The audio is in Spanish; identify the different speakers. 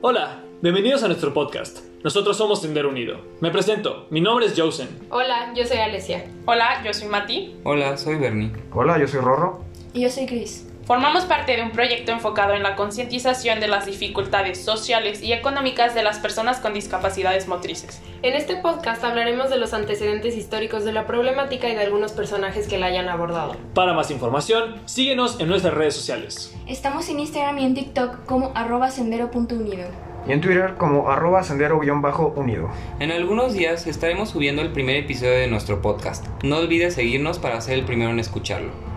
Speaker 1: Hola, bienvenidos a nuestro podcast. Nosotros somos Tinder Unido. Me presento, mi nombre es Josen.
Speaker 2: Hola, yo soy Alesia.
Speaker 3: Hola, yo soy Mati.
Speaker 4: Hola, soy Bernie.
Speaker 5: Hola, yo soy Rorro.
Speaker 6: Y yo soy Chris.
Speaker 3: Formamos parte de un proyecto enfocado en la concientización de las dificultades sociales y económicas de las personas con discapacidades motrices.
Speaker 2: En este podcast hablaremos de los antecedentes históricos de la problemática y de algunos personajes que la hayan abordado.
Speaker 1: Para más información, síguenos en nuestras redes sociales.
Speaker 6: Estamos en Instagram y en TikTok como arroba sendero.unido.
Speaker 5: Y en Twitter como arroba sendero-unido.
Speaker 4: En algunos días estaremos subiendo el primer episodio de nuestro podcast. No olvides seguirnos para ser el primero en escucharlo.